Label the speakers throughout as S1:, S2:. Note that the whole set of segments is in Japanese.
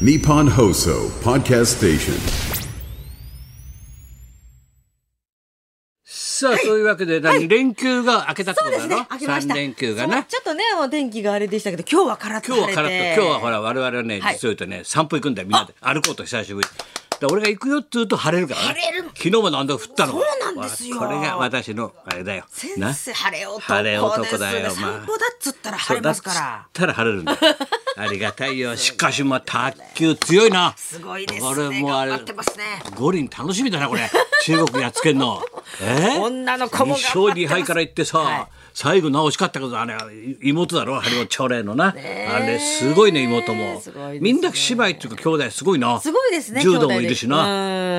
S1: Nippon Hoso Podcast Station.
S2: さあ、そういうわけで何、連休が明けたって
S3: そ
S2: こ
S3: う
S2: とだ
S3: です
S2: ろ
S3: ね。明けました。
S2: 三連休がな
S3: そうちょっとね、お天気があれでしたけど、今日はカラッと
S2: 今日
S3: 晴
S2: は
S3: れ
S2: カラッ
S3: て。
S2: と今日はほら我々はね、
S3: はい
S2: 実を言うとね散歩行くんだよみんなで歩こうと久しぶりだ俺が行くよって言うと晴れるから、ね、
S3: 晴れる
S2: 昨日もなんだか降ったの
S3: そうなんですよ
S2: これが私のあれだよ
S3: 先
S2: な
S3: 生晴れ男ですね。
S2: 晴れ男だよまあ
S3: 散歩だっつったら晴れますか
S2: そうだ
S3: ら
S2: っ。つったら晴れる んだよありがたいよしかしまあ卓球強いな
S3: すごいです
S2: これ
S3: ね。
S2: もあ
S3: 頑
S2: れ
S3: 張ってますね。
S2: 五輪楽しみだなこれ中国やっつけん のえ
S3: 女の子も頑張ってます
S2: 2勝2敗からいってさ、
S3: はい
S2: 最後な惜しかったけどあれ妹だろ春の朝礼のな、あれすごいね妹も
S3: すごいですね
S2: みんな姉妹っていうか兄弟すごいな
S3: すごいですね
S2: 柔道もいるしな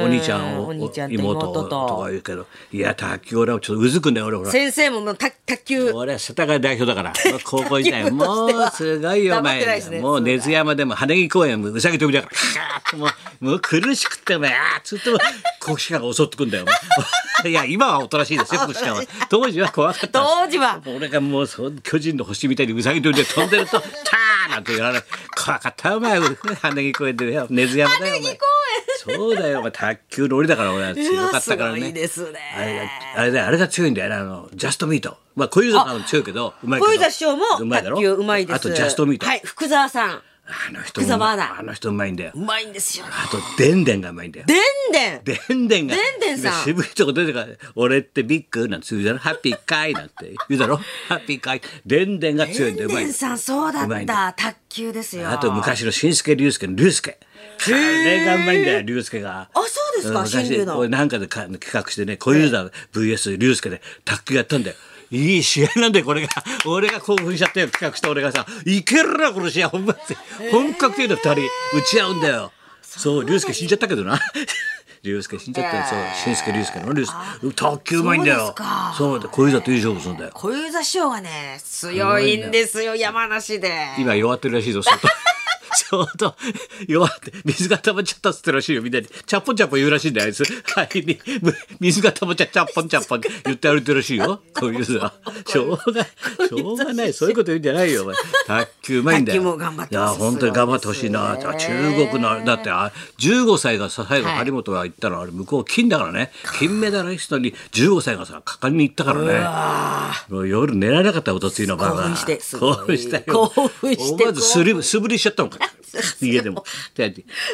S3: 兄弟で
S2: お兄ちゃんを
S3: うんお兄ちゃんと
S2: 妹
S3: 妹と
S2: とか言うけどいや卓球俺はちょっとうずくんだよ俺ほら
S3: 先生ももうた卓球。
S2: 俺は世田谷代表だ から高校時代
S3: 卓球部
S2: も
S3: と
S2: う
S3: しては
S2: すごいよお
S3: 黙ってないです
S2: 前
S3: ね
S2: もう根津山でも羽木公園もうさぎ飛びだからカーッともうもう苦しくてお前あーっつっても国士舘が襲ってくんだよ お前いや今はおとなしいですよ国士舘は当時は怖かった
S3: 当時は。
S2: 俺がもうそう巨人の星みたいにうさぎ飛びで飛んでると「ター!」なんて言われ怖かったお前羽根木公園でよ根津山だよお
S3: 公
S2: 前
S3: 園。
S2: そうだよお前卓球の俺だから俺は強かったからね
S3: うわすごいですね
S2: あれがあれだあれが強いんだよねあのジャストミートまあ小遊三さんも強いけどうまいけど
S3: 小遊三師匠も
S2: うまいだろ
S3: 卓球うまいです。
S2: あとジャストミート、
S3: はい、福沢さん。
S2: あの人
S3: 福
S2: も
S3: 沢アナ
S2: あの人うまいんだよ
S3: うまいんですよね。
S2: あとでんでんがうまいんだよ
S3: でんでん。
S2: でんでんが
S3: でんでんさん
S2: 渋いとこ出てから俺ってビッグなんて言うだろハッピーかいなんて言うだろハッピーかいでんでんが強いんだ
S3: で
S2: よ
S3: ん
S2: うまい
S3: でんさん、そうだ
S2: うまい
S3: っ
S2: んだ
S3: た。卓球ですよ。
S2: あと。昔の新助龍介の龍介これがうまいんだよ龍介が
S3: あ、そうですか、新
S2: 昔
S3: 竜の。
S2: 俺なんかでか企画してね小遊三 VS 龍介で卓球やったんだよいい試合なんだよこれが俺が興奮しちゃったよ企画した俺がさ「いけるなこの試合本番って本格的な2人打ち合うんだよそう龍介死んじゃったけどな 龍介死んじゃったよそう新助龍介の龍介卓球うまいんだ
S3: そうで
S2: よ
S3: すか
S2: そうだ小遊三といい勝負するんだよ
S3: 小遊三師匠がね強いんですよ山梨で
S2: 今弱ってるらしいぞ相 当相当弱って水が溜まっちゃったっつってるらしいよみんなにちゃっぽんちゃっぽん言うらしいんだよあいつ帰りにむ水が溜まっちゃっちゃっぽんちゃっぽんって言って歩いてるらしいよこういうのは しょうがないしょうがないそういうこと言うんじゃないよお前卓球うまいんだよ
S3: 卓球も頑張って
S2: い
S3: ます
S2: や本当に頑張ってほしいな、
S3: す
S2: 中
S3: ごいですね
S2: 国のあれだってあ15歳がさ最後
S3: はい
S2: 張本が行ったらあれ向こう金だからね金メダリストに15歳がさ果敢に行ったからねもう夜寝られなかったおとついの晩は
S3: 興奮してすご
S2: 興
S3: い
S2: 奮したよ
S3: 興奮して
S2: 思わずすり素振りしちゃったの か家でも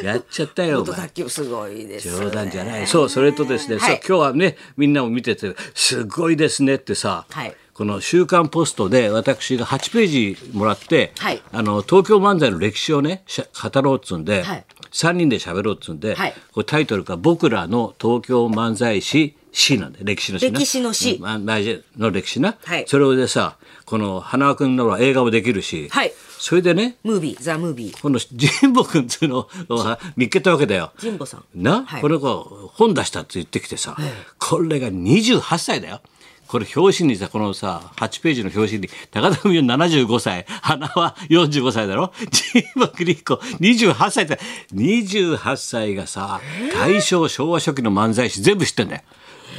S2: やっちゃったよお
S3: 元
S2: 前
S3: 卓球すごいですよね
S2: 冗談じゃないそうそれとですね、そう今日はねみんなも見ててすごいですねってさ、
S3: はい
S2: この「週刊ポスト」で私が8ページもらって、
S3: はい
S2: あの東京漫才の歴史をねしゃ語ろうっつうんで、
S3: はい
S2: 3人で喋ろうっつうんで、
S3: はい
S2: これタイトルが「僕らの東京漫才史」史なんで歴史の史な
S3: 歴史の史
S2: うんま漫才の歴史な、
S3: はい
S2: それでさこの花輪君のは映画もできるし、
S3: はい
S2: それでね
S3: ムービーザムービー
S2: この神保君っていうのを見っけたわけだよ。
S3: 神保さん
S2: な、
S3: はい
S2: この子本出したって言ってきてさ、これが28歳だよ。これ表紙にさこのさ8ページの表紙に高田文夫75歳花は45歳だろ神保栗彦28歳って28歳がさ大正昭和初期の漫才師全部知ってんだよ。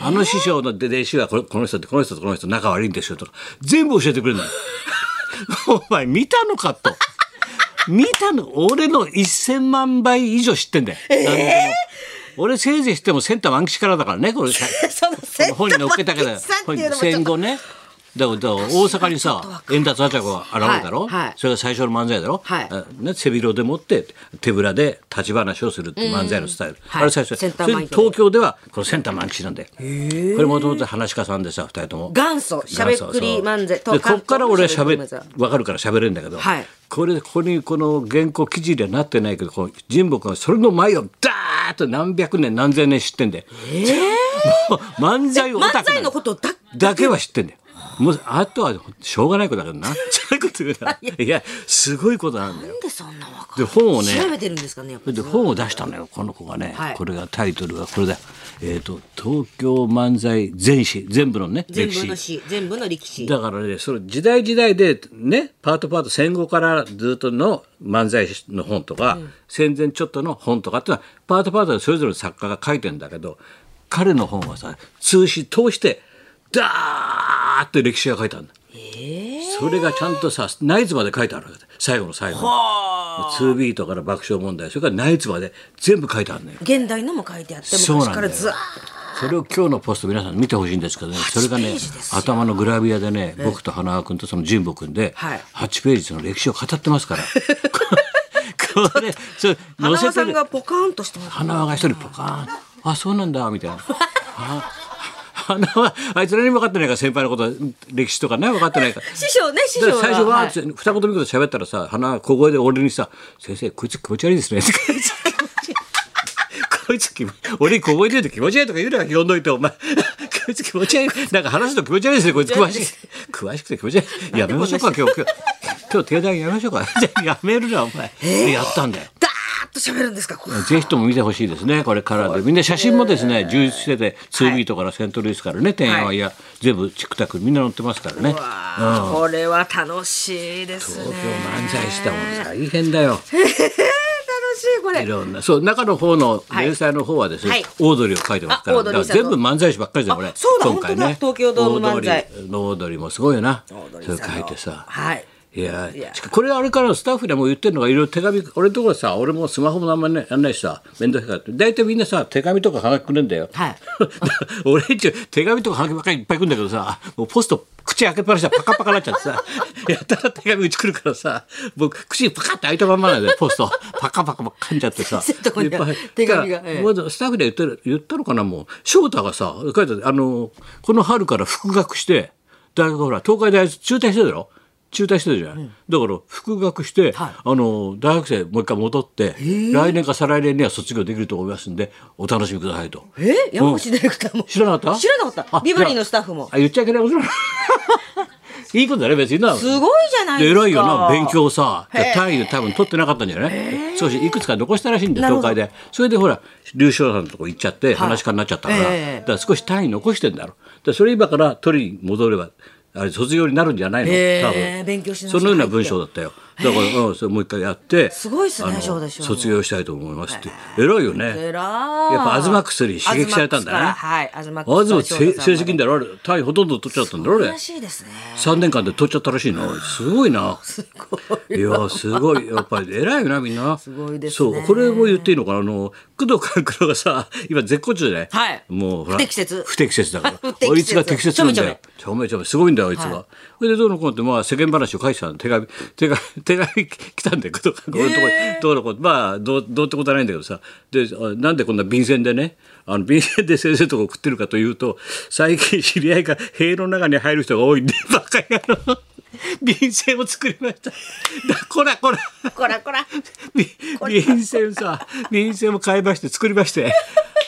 S2: あの師匠の弟子はこれこの人とこの人とこの人仲悪いんですよとか全部教えてくれる んだよ。お前見たのかと。見たの俺の1000万倍以上知ってんだよ。何でも俺せいぜい知ってもセンター満吉からだからね、これ。
S3: そのセ
S2: 本に載っけたけど
S3: さんっていうのもちょ
S2: 戦
S3: っと
S2: 後ねだからだから大阪にさ円達朝子が現れたろ、
S3: はいはい
S2: それが最初の漫才だろ、
S3: はい
S2: あね、背広でもって手ぶらで立ち話をするっていう漫才のスタイル、
S3: はい
S2: あれ最初
S3: セン
S2: そ
S3: ター
S2: れ
S3: マ
S2: で
S3: イクで
S2: 東京ではこのセンター満喫なんでこれもともと話し家さんでさ二人とも
S3: 元祖しゃべくり漫才
S2: そうでこっから俺はしゃべ
S3: 関東のしゃべくり漫
S2: わかるからしゃべれるんだけど、
S3: はい
S2: これここにこの原稿記事にはなってないけどこの神保君はそれの前をダーッと何百年何千年知ってんだよ。もう 漫才オタクな
S3: 漫才のことだ
S2: だけは知ってんだよ。もうあとはしょうがないことだけど な。そういうこと言うな。いやすごいことなんだよ。
S3: なんでそんなわか
S2: で本をね
S3: 調べてるんですかねやっぱ
S2: で本を出したのよこの子がね、
S3: はい
S2: これがタイトルがこれだ「えー、と東京漫才全史」全部のね
S3: 全
S2: 歴
S3: 部
S2: 史
S3: の詩全部の力士
S2: だからねその時代時代でねパートパート戦後からずっとの漫才師の本とか、戦前ちょっとの本とかってのはパートパートでそれぞれの作家が書いてんだけど彼の本はさ通し通してダーって歴史が書いてあるんだ、それがちゃんとさ内図まで書いてあるわけだ最後の最後2ビートから爆笑問題それからナイツまで全部書いてあるのよ
S3: 現代のも書いてあって
S2: そう
S3: 昔
S2: なん
S3: か
S2: だ
S3: ら
S2: よ
S3: ずーっ
S2: それを今日のポスト皆さん見てほしいんですけどねそれが
S3: ペ
S2: ね
S3: ージですよ
S2: 頭のグラビアでね僕と花輪君とその神保君で
S3: はい
S2: 8ページその歴史を語ってます からここれそれ
S3: と花
S2: 載せ
S3: 輪さ
S2: て
S3: ん
S2: る
S3: がポカーンとしてます
S2: 花輪が一人ポカーンあそうなんだみたいな。あ花輪あいつ何も分かってないから先輩のこと歴史とかね分かってないから
S3: 師匠ね師
S2: だ
S3: 匠
S2: から
S3: は
S2: 最初わー
S3: はい
S2: って二言三言喋ったらさ鼻が小声で俺にさ「先生こいつ気持ち悪いですね」とか言ってこいつ気持ち俺に小声で言うと気持ち悪いとか言うなよ呼んどいてお前こいつ気持ち悪いなんか話すと気持ち悪いですねこいつ詳しく詳しくて気持ち悪いやめましょうか今日今日今日定談やめましょうか じゃあやめるなお前、でやったんだよ
S3: ダーッと喋るんですかこう
S2: ぜひとも見てほしいですね、これからで。みんな写真もですね、充実してて、ツービートからセントルイスからね、天安はいや、全部チクタクみんな乗ってますからね。
S3: わーこれは楽しいですね
S2: 東京漫才したもん大変だよ。
S3: 楽しいこ
S2: い
S3: れ
S2: ろんな、そう、中の方の
S3: い
S2: 連載の方はですね、
S3: はい
S2: オードリーを書いてますから、
S3: あオードリー
S2: だ
S3: さ
S2: か
S3: ん
S2: ら
S3: の
S2: 全部漫才師ばっかりじゃん、これ。
S3: そうだ
S2: 今回ね。
S3: 本当だ東京ドーム漫才
S2: オードリー。のオードリーもすごいよな。そ
S3: オードリ
S2: れ
S3: ーさんの
S2: 書いてさ。
S3: はい
S2: いや
S3: いや
S2: ちこれあれからスタッフでも言ってるのがいろいろ手紙俺のところさ俺もスマホもあんまりねやんないしさ面倒くさいから大体みんなさ手紙とかはがきくれんだよ、
S3: はい
S2: 俺んち手紙とかはがきばっかりいっぱいくんだけどさもうポスト口開けっぱなしだパカパカになっちゃってさ やったら手紙うち来るからさ僕口パカって開いたまんまなんだよポストパカパカ噛んじゃ ってさ
S3: 先生のとこに
S2: いっぱい
S3: 手紙が
S2: だから
S3: ええ
S2: まだスタッフで言ってる言ったのかなもう翔太がさ書いてあるあのこの春から復学して大学ほら東海大中退してるだろ中退してるじゃん、だから復学して、
S3: はい
S2: あの大学生もう一回戻って来年か再来年には卒業できると思いますんでお楽しみくださいと
S3: え山口ディレクターも
S2: 知らなかった
S3: 知らなかった
S2: あ
S3: ビバリーのスタッフも
S2: じゃああ言っちゃいけないことなの いいことだね別にな
S3: すごいじゃないですか
S2: 偉いよな勉強をさ
S3: へえ
S2: 単位で多分取ってなかったんじゃない少しいくつか残したらしいんだよ
S3: なる
S2: 東
S3: ほど
S2: 海でそれでほら劉翔さんのとこ行っちゃって話し家になっちゃったから、
S3: ええ
S2: だから少し単位残してんだろでそれ今から取りに戻ればあれ卒業になるんじゃないの、
S3: へえ
S2: 多分
S3: 勉強し直して
S2: そのような文章だったよだから、 うん、それもう一回やって
S3: すごいっすね
S2: あの
S3: 翔太師匠
S2: 卒業したいと思いますって偉いよね
S3: えら
S2: やっぱアズマックスに刺激されたんだね。
S3: はいアズマックス
S2: アズマックス
S3: 翔
S2: 成
S3: 太さん
S2: 成績いいんだろあれ単位ほとんど取っちゃったんだろあれ
S3: ら。しいですね
S2: 3年間で取っちゃったらしいな。すごいな。いや、すごい。やっぱり偉いよな、みんな。す
S3: ごいですね
S2: そう、これも言っていいのかな。あの、工藤官九郎がさ、今絶好調じゃない
S3: はい
S2: もうほら。
S3: 不適切
S2: 不適切だから。
S3: 不適切
S2: あいつが適切なんだよ
S3: ち
S2: ち
S3: ょ。
S2: ょめちょめ。すごいんだよ、あいつが。それでどうのこうのって、まあ世間話を書いてたの。手紙、手紙、手紙来たんだよ、工藤官九郎のとこに。どうのこうのまあ、どう、どうってことはないんだけどさ。で、あなんでこんな便箋でね、あの、便箋で先生とか送ってるかというと、最近知り合いが塀の中に入る人が多いんで、バカ野郎。 便箋を作りました。だこらこら。
S3: こらこら
S2: び便箋さ便箋も買いまして作りまして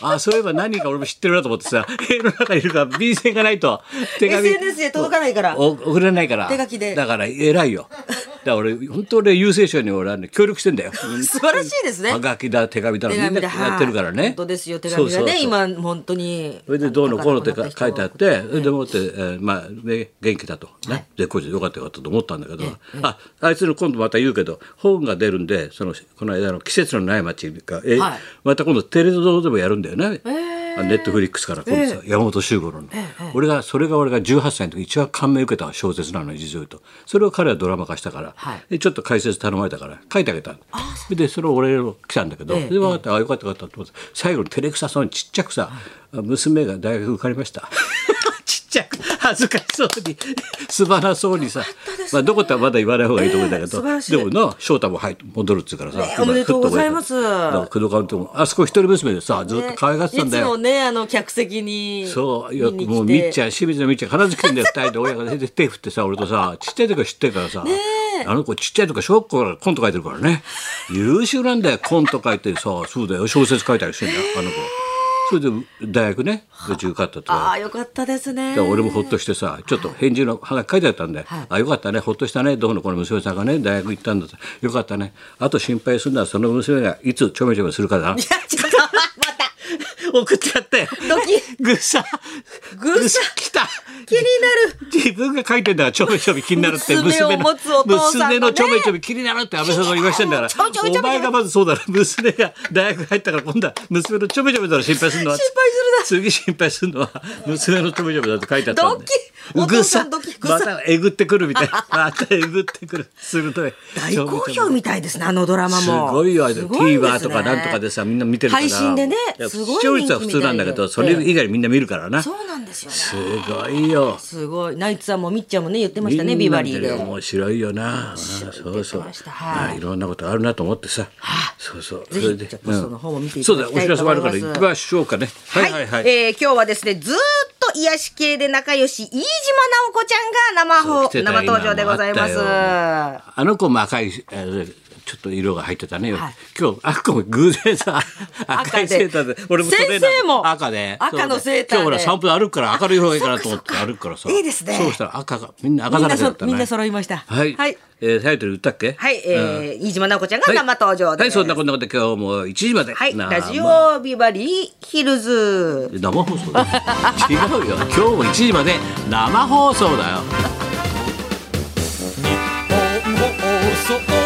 S2: あそういえば何人か俺も知ってるなと思ってさ部屋の中にいるから便箋がないと手
S3: SNS で届かないから
S2: お送れないから
S3: 手書きで
S2: だから偉いよだから俺本当俺郵政省に俺はね協力してんだよ
S3: 素晴らしいですね
S2: はがきだ手紙だみんなやってるからね、
S3: はい本当ですよ手紙がね
S2: そうそうそう
S3: 今本当に
S2: それでどうのこうのってか書いてあって、
S3: ね
S2: それでもって、えーまあ、ね、元気だと、ね絶好調でよかったよかったと思ったんだけど、ああいつの今度また言うけど本が出るんでそのこの間の「季節のない街が」え
S3: はい
S2: また今度テレ東でもやるんだよね、あネットフリックスから今度さ、山本周五郎の、俺がそれが俺が18歳の時一番感銘受けた小説なのに実を言うとそれを彼はドラマ化したから、
S3: はい
S2: でちょっと解説頼まれたから書いてあげたのでそれを俺の来たんだけど、
S3: ええ
S2: で分かった、あよかったよかったと思って最後に照れくさそうにちっちゃくさ、娘が大学受かりました ちっちゃく恥ずかしそうにすばなそうにさ、まあ、どこってはまだ言わない方がいいと思うんだけ
S3: ええ素
S2: ど、
S3: 晴らしい
S2: でもな翔太も入って戻るっつうからさ、
S3: えおめでとうございます
S2: 今ふっと覚えただから工藤監督もあそこ一人娘でさずっと可愛がってたんだ
S3: いつ
S2: よ、
S3: もねあの客席に
S2: そうよ
S3: 見に来て
S2: もうみっちゃん清水のみっちゃん必ず来てんだよ二人で親が手手振って さ俺とさちっちゃい時は知ってるからさ、あの子ちっちゃい時は小学校からコント書いてるからね優秀なんだよコント書いてさそうだよ小説書いたりしてんだよあの子それで大学ね途中受かったと
S3: あ
S2: か。
S3: あよかったですね
S2: だから俺もほっとしてさちょっと返事のはがき書いてあったんで、あよかったねほっとしたねどこのこの娘さんがね大学行ったんだとよかったねあと心配するのはその娘がいつちょめちょめするかだない
S3: やちょっとま た
S2: 送ってやったよ
S3: ドキ
S2: ぐさ
S3: ぐさ
S2: 来た
S3: 気になる
S2: 自分が書いてんだからちょめちょめ気になるって
S3: 娘を持つお父さ
S2: 娘
S3: んのね
S2: のちょめちょめ気になるって安倍さんが言いましたんだから
S3: ちょめちょめちょめ
S2: お前がまずそうだろ娘が大学入ったから今度は娘のちょめちょめだろ心配するのは
S3: 心配する
S2: 次心配するのは娘の友情だって書いてあったん
S3: ド
S2: で
S3: キお父さんドキ
S2: ぐさまたえぐってくるみたいなまたえぐってくる鋭い
S3: 大好評みたいですねあのドラマも
S2: すごいよ、
S3: すごいですね
S2: TVer とかなんとかでさみんな見てるから
S3: 配信でね
S2: いや
S3: すごい人気
S2: 視聴率は普通なんだけど
S3: みたいで
S2: それ以外みんな見るからなす
S3: そうなんですよね
S2: ごいよ
S3: すごいナイツさんもみっちゃんもね言ってましたねビバリーで
S2: みんな見てるよ面白いよなそうそう
S3: ましたはい
S2: まあいろんなことあるなと思ってさそうそう
S3: ぜひ
S2: それで
S3: ちょっとその本を見ていた
S2: そう
S3: だ
S2: だ
S3: き
S2: お
S3: たい
S2: 知
S3: と
S2: らせも
S3: 思
S2: あ
S3: い
S2: るから行
S3: ます
S2: きましょうかね
S3: はい、えー今日はですね、ずーっと癒し系で仲良し、飯島直子ちゃんが生
S2: そう
S3: 放
S2: 来てた
S3: 生登場でございます。
S2: 今もああの子も赤い、えーちょっと色が入ってたね、
S3: はい
S2: 今日あっこも偶然 さ赤いセーターで俺もトレーナー
S3: 先生も
S2: 赤で
S3: 赤のセータ
S2: そう今
S3: ーで
S2: 日ほら散歩歩くから明るい方がいいかなと思って歩くからさ
S3: いいですね
S2: そうしたら赤がみんな赤
S3: みん
S2: だら
S3: な
S2: けだっ
S3: そ
S2: たね
S3: みんな揃いました。
S2: はい、
S3: はい、
S2: えータイトル言ったっけ
S3: はいえ
S2: うん
S3: ー飯島直子ちゃんが生登場
S2: はい、はい
S3: です。
S2: そんなこんなことで今日も1時まで、
S3: はい
S2: なあ
S3: ラジ
S2: まあ
S3: オビバリーヒルズ。
S2: 生放送だよ 違うよ今日も1時まで生放送だよ
S4: 日本放送